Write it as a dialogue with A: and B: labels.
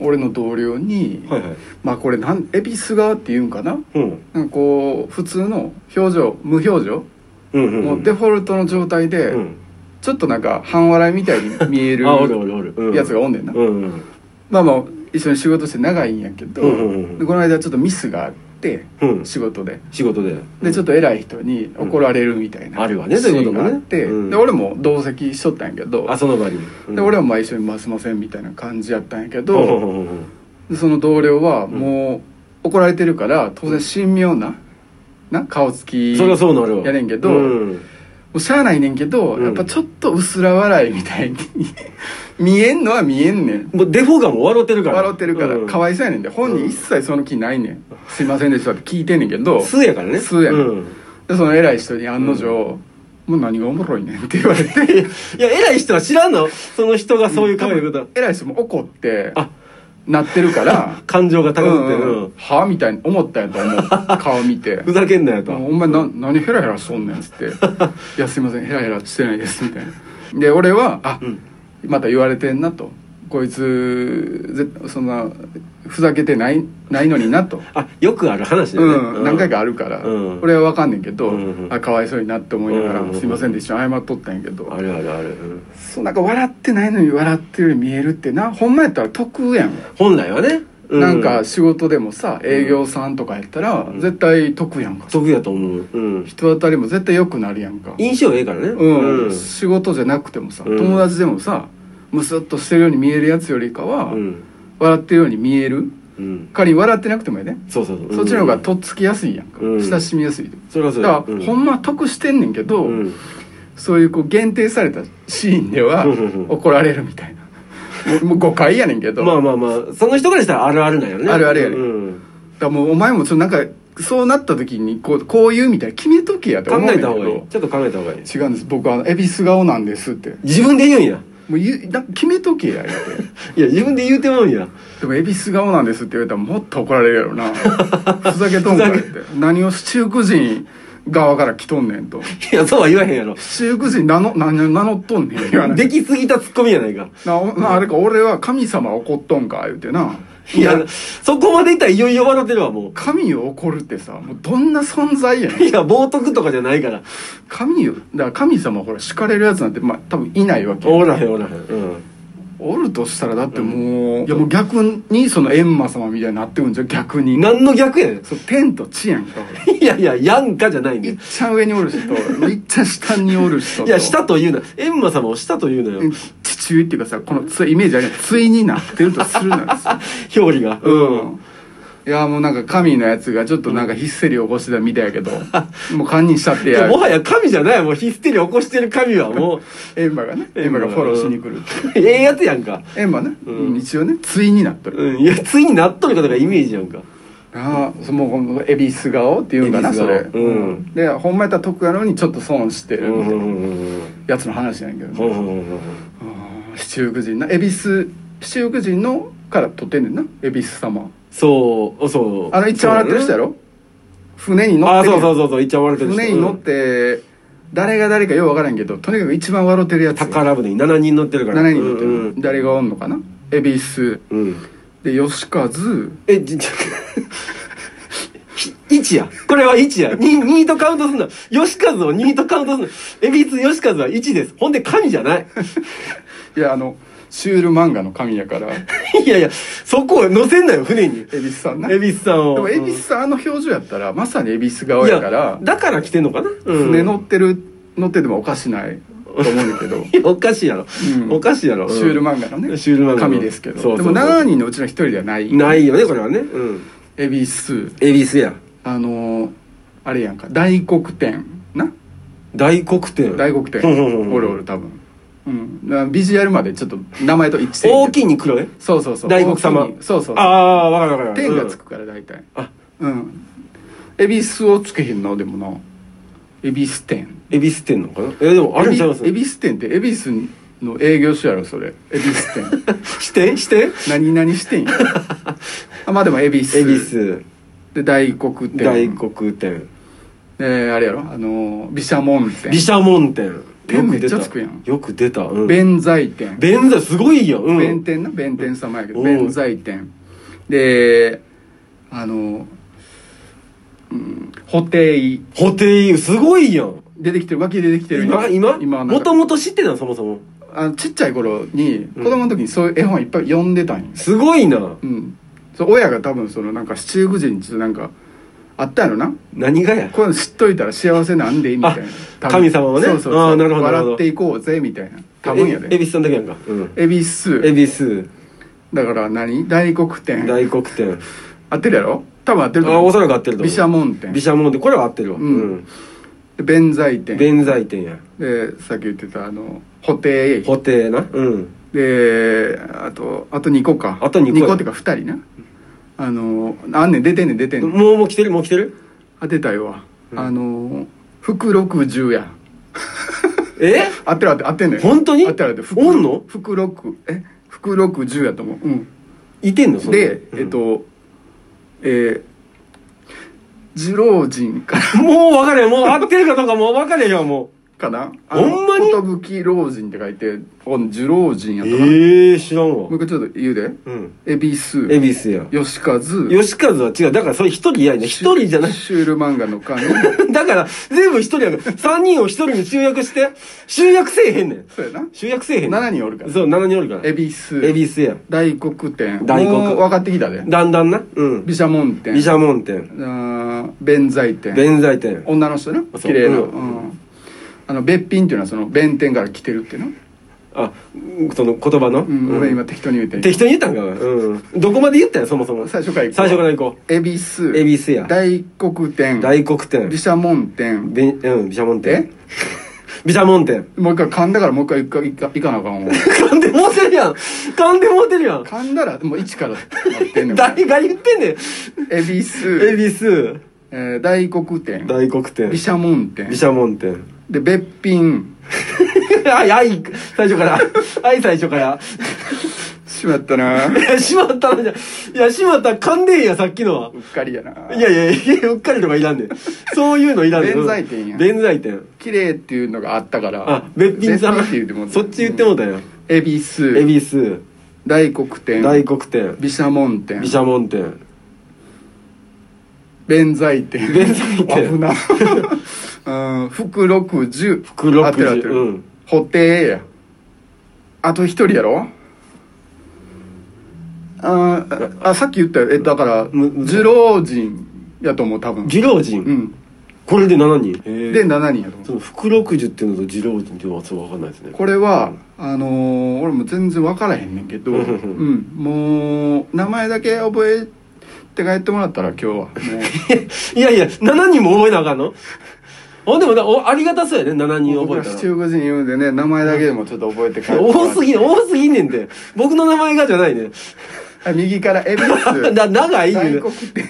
A: 俺の同僚に、
B: はいはい
A: まあこれなんエビス川っていうんかな
B: うん
A: なんかこう普通の表情無表情、
B: うんうん
A: もうデフォルトの状態で、
B: うん
A: ちょっとなんか半笑いみたいに見える
B: あおるおるおるうん
A: やつがおんねんな、
B: うんうん
A: まあまあ一緒に仕事して長いんやけど、
B: うんうんうん
A: でこの間ちょっとミスがあって
B: うん
A: 仕事で
B: 仕事で
A: でちょっ
B: と
A: と偉い人に怒られるみたいな、
B: うんあるわねそういうこともね
A: シーンがあって、
B: うん
A: で俺も同席しとったんやけど
B: あその場にうん
A: で俺もまあ一緒に「まあすいません」みたいな感じやったんやけど、
B: うんうんうんうん
A: でその同僚は
B: ん
A: もう怒られてるから当然神妙なな顔つき
B: そりゃそうなるわ
A: やねんけど
B: うん
A: もうしゃあないねんけど、
B: うん
A: やっぱちょっと薄ら笑いみたいに 見えんのは見えんねん
B: もうデフォがもう笑ってるから
A: 笑ってるから
B: うん
A: かわいそうやねんで本人一切その気ないねん、すいませんでしたって聞いてんねんけど
B: 素やからね
A: 素やね
B: うん
A: でその偉い人に案の定、もう何がおもろいねんって言われて
B: いや偉い人は知らんのその人がそういう可愛いこと
A: 偉い人も怒って
B: あ
A: なってる から
B: 感情が高
A: うん
B: くて
A: う
B: うんん
A: はみたいに思ったんやと思う顔見 て
B: ふざけんなよ
A: 「お
B: と
A: 前な何ヘラヘラしとんねん」っつっ て「いやすいませんヘラヘラしてないです」みたいなで俺は「あ、
B: うん
A: また言われてんな」と「こいつぜそんなふざけてないないのにな」と。
B: あよくある話だよね
A: うん、何回かあるから、
B: うん
A: 俺は分かんねんけど、
B: うんうん
A: あかわいそうになって思いながら「
B: うんうんうん
A: すいませんでした謝っとったんやけど、
B: あるあるあるうん
A: そうなんか笑ってないのに笑ってるように見えるってなほんまやったら得やん、
B: 本来はねう
A: なんか仕事でもさ営業さんとかやったら、
B: ん
A: 絶対得やんか、
B: 得意だと思ううん
A: 人当たりも絶対良くなるやんか
B: 印象ええからね
A: うん、
B: うん
A: 仕事じゃなくてもさ、
B: うん
A: 友達でもさムスッとしてるように見えるやつよりかは、
B: うん
A: 笑ってるように見える
B: うん
A: 仮に笑ってなくてもやね、
B: そうそうそう
A: そっちの方がとっつきやすいやんか、
B: うん
A: 親しみやすいで
B: それはそ
A: だ
B: う
A: から、
B: う
A: ほんま得してんねんけど、
B: うん
A: そういうこう限定されたシーンでは
B: うんうんうん
A: 怒られるみたいなもうもう誤解やねんけど、
B: まあまあまあその人からしたらあるあるなんよね
A: あるあるやね
B: うん
A: だからもうお前もちょっとなんかそうなった時にこうこういうみたいな決めとけやと
B: 考
A: 思うんだ
B: え
A: け
B: た
A: ど
B: 方がいいちょっと考えた方がいい
A: 違うんです僕は恵比寿顔なんですって
B: 自分で言うんや
A: もう言うなんか決めとけや言うて
B: いや自分で言うてまうんや
A: でも恵比寿顔なんですって言われたらもっと怒られるや ろなふざけとんかいって何を七福神側から来とんねんと
B: いやそうは言わへんやろ
A: 七福神名の名の名乗っとんねん言わない
B: できすぎたツッコミやないか
A: なおなあれか俺は神様怒っとんか言うてない
B: やそこまでいったらいよいよ笑ってるわも
A: 神を怒るってさもうどんな存在やねん
B: ういや冒涜とかじゃないから
A: 神よだから神様ほら敷かれるやつなんてまあ多分いないわけ
B: おらへんおらへんうん
A: おるとしたらだってもう、いやもう逆にその閻魔様みたいになってくんじゃん逆に
B: 何の逆やねん
A: そう天と地やんかほら
B: いやいややんかじゃない
A: い
B: ね
A: っちゃん上におる人といっちゃん下におる人と
B: いや下と言うなエンマ様を下と言うな
A: うん
B: よ
A: 地中っていうかさこのつイメージあるやん対になってるとするなんですよ
B: 表裏が
A: うんいやもうなんか神のやつがちょっとなんかヒッセリ起こしてたみたいやけ どもう堪忍しちゃってや
B: もはや神じゃないもうヒステリー起こしてる神は もう
A: エンマがねエンマがフォローしに来るって
B: ええやつやんか
A: エンマね、
B: うん
A: うん一応ね対になってる、
B: うんいやついになっとる方がイメージやんか
A: ああそのこの恵比寿顔っていうんかな
B: 恵比
A: そ
B: 寿顔
A: れ、
B: うん
A: でほんまやったら得やのにちょっと損して
B: う
A: る
B: ん
A: み
B: う
A: たい
B: ん
A: な
B: うん
A: やつの話やねんけど、
B: うんうんうんうん
A: ああ七福神な恵比寿七福神のから取ってんねんな恵比寿様
B: そうそう
A: あの一番笑ってる人や
B: ろ
A: ろ、船に乗
B: あ
A: ってる
B: そ
A: や
B: うんそうそうそう一番笑ってる人
A: 船に乗って誰が誰かよう分からんけどとにかく一番笑ってるやつ
B: 宝船に7人乗ってるから
A: 7人乗ってる、
B: うん
A: 誰がおんのかな恵比寿
B: うんうん
A: で吉和
B: えじ じ1やこれは1や 2, 2とカウントすんな吉和を2とカウントすんな恵比寿吉和は1ですほんで神じゃない
A: いやあのシュール漫画の神や から恵
B: いやいやそこを乗せんなよ船に
A: 比寿さんな
B: 恵比寿さんを
A: でも恵比寿さんあの表情やったらまさに恵比寿顔やか
B: いや
A: ら
B: だから来てんの かな、うん
A: 船乗ってる乗っててもおかしないと思うんだけど、
B: いやおかしいやろ、
A: うん
B: おかしいやろ、うん
A: シュール漫画のね
B: シュール漫画の
A: 神ですけど
B: そうそうそう
A: でも7人のうちの1人ではない
B: ないよねこれはねうん
A: 恵比寿
B: 恵比寿や
A: あのーあれやんか大黒天な
B: 大黒天
A: 大黒天
B: うんうんうんうん
A: おるおる多分うんだからビジュアルまでちょっと名前と一致せんけど
B: 大きいに黒い
A: そうそうそう
B: 大黒様
A: 大きいそうそう
B: ああわかるわかるわかる
A: 天がつ
B: うん
A: くから大体
B: あ
A: うん恵比寿をつけへんのでもな恵比寿天
B: 恵比寿店のかなえでもあれちゃいます
A: 恵比寿店って恵比寿の営業所やろそれ恵比寿店
B: してして
A: 何々して んやあまあでも恵比寿
B: 恵比寿
A: で大黒店
B: 大黒店
A: えーあれやろあのー毘沙門店
B: 毘沙門店
A: 点めっちゃつくやん
B: よく出た。うん。
A: 弁財天
B: 弁座すごいやん。う
A: 弁
B: ん。
A: 天な弁天様やけど
B: うん
A: 弁財天であのうん布袋
B: ホテイ、すごいやん。
A: 出てきてる脇出てきてる
B: 今今
A: 今な
B: も
A: んか
B: ともと知ってたのそもそも。
A: あのちっちゃい頃に
B: う
A: 子
B: ん
A: 供の時にそういう絵本いっぱい読んでたんよ
B: すごいな。
A: うんそう親が多分そのなんか七福神ってなんかあったんやろな
B: 何がや。
A: こういうの知っといたら幸せなんでいいみたいな
B: あ
A: 多分
B: 神様もね
A: そうそうそう
B: あーなるほどなるほど
A: 笑っていこうぜみたいな多分や
B: え恵
A: で
B: 比寿さんだけやんか。うん。
A: 恵比寿
B: 恵比寿、
A: だから何大黒天
B: 大黒天。
A: 合ってるやろ多分合ってると
B: あ、
A: 思う
B: おそらく合ってると思う。
A: 毘沙門天
B: 毘沙門天。これは合ってるわ。
A: う
B: うんん。
A: で弁財天で
B: 弁財天や。
A: さっき言ってたあの布袋
B: ホテイな。うん。
A: であとあと2個か
B: あと二個
A: 二個っていうか2人なあのあんねん出てんねん出てんねん
B: もう、もう来てるもう来てる
A: 当てたよわ、
B: うん
A: あの福六十や
B: え
A: 合ってる合ってる合ってんねん
B: 本当に
A: 合ってる合ってる福
B: おんの
A: 福六え福六十やと思ううん
B: いてんのそんな
A: で、えっ。とえー、次郎神か
B: うんもう分かれへん。もう合ってるかどうかもう分かれへんよ、もう。
A: かなあの
B: ほんまに
A: 寿老人って書いてお次郎神やったな、
B: ええ、知らん
A: もう
B: わ。
A: 一回ちょっと言うで
B: うん。
A: 恵比寿
B: 恵比寿や。
A: 吉和シ
B: 吉和は違う。だからそれ一人やね。一人じゃない。
A: ュール漫画の神
B: だから、全部一人やね。三人を一人に集約して、集約せえへんねん。
A: そうやな
B: 集約せえへんねん。
A: 7人おるから
B: そう、7人おるから。
A: 恵比寿
B: エビスや。
A: 大黒天
B: 大黒
A: もう分かってきたで
B: だんだんな。うん。
A: 毘沙門天
B: 毘沙門天。
A: あー弁財天
B: 弁財天。
A: 女の人ね
B: そう
A: 綺麗な、
B: うん
A: うんあのべっぴんっていうのはその弁天から来てるっていうの、
B: あ、その言葉の。
A: うん
B: うん
A: 俺今適当に言うてん
B: 適当に言ったんかな。うん。どこまで言ったんや、そもそも。
A: 最初から行こう
B: 最初から行こ
A: 恵比寿
B: 恵比寿や
A: 大黒
B: う。
A: 天
B: 大黒天。
A: 毘沙門天
B: べうん、毘沙門
A: え
B: 天。毘沙門 天。
A: もう一回噛んだからもう一回行か行か行かなあかんわ
B: 噛んでもうてるやん。噛んでもうてるやん。
A: 噛んだらもう一からなってん ねん
B: 誰が言ってんねん。
A: 恵比寿、
B: 恵比寿、
A: えー大黒天
B: 大黒天。
A: 毘沙門天
B: 毘沙門天。
A: でべっぴん
B: はい、はい、最初から。 はい、最初から。
A: しまったな
B: いや、しまったなじゃ。いや、しまった、噛んでんや、さっきのは
A: う。っかりやない
B: やいやいや、うっかりとかいらんねん。そういうのいらんねん。
A: 弁財天や
B: 弁財天。
A: 綺麗っていうのがあったから
B: あ、べっぴんさん。
A: べっって言ってもうた
B: そっち言ってもうたよ。
A: 恵比寿
B: 恵比寿、
A: 大黒天
B: 大黒天、
A: 毘沙門天
B: 毘沙門天。
A: 弁財天
B: 弁財天
A: 危な うん福六十
B: 福六十
A: 合ってる合ってる
B: うん
A: 布袋やあと一人やろあーあさっき言ったよえだから
B: む
A: 次郎神やと思う多分
B: 次郎
A: う
B: 神。
A: ん
B: これで7人。
A: で、7人やと思
B: そ
A: う
B: の福六十っていうのと次郎神っていうのはそうわかんないですね。
A: これはあのー俺も全然分からへんねんけど、う
B: うん
A: ん、もう名前だけ覚えて帰ってもらったら今日はもう
B: いやいや、7人も覚えなあかんのほんでもなお、ありがたそうやね、7人
A: 僕
B: 覚え
A: ら
B: たら
A: 七。福神言うんでね名前だけでもちょっと覚えて帰ってもらって
B: 多すぎん、多すぎんねんて。僕の名前がじゃないね。
A: あ右から恵比寿
B: だ長い言
A: 大
B: う
A: 黒天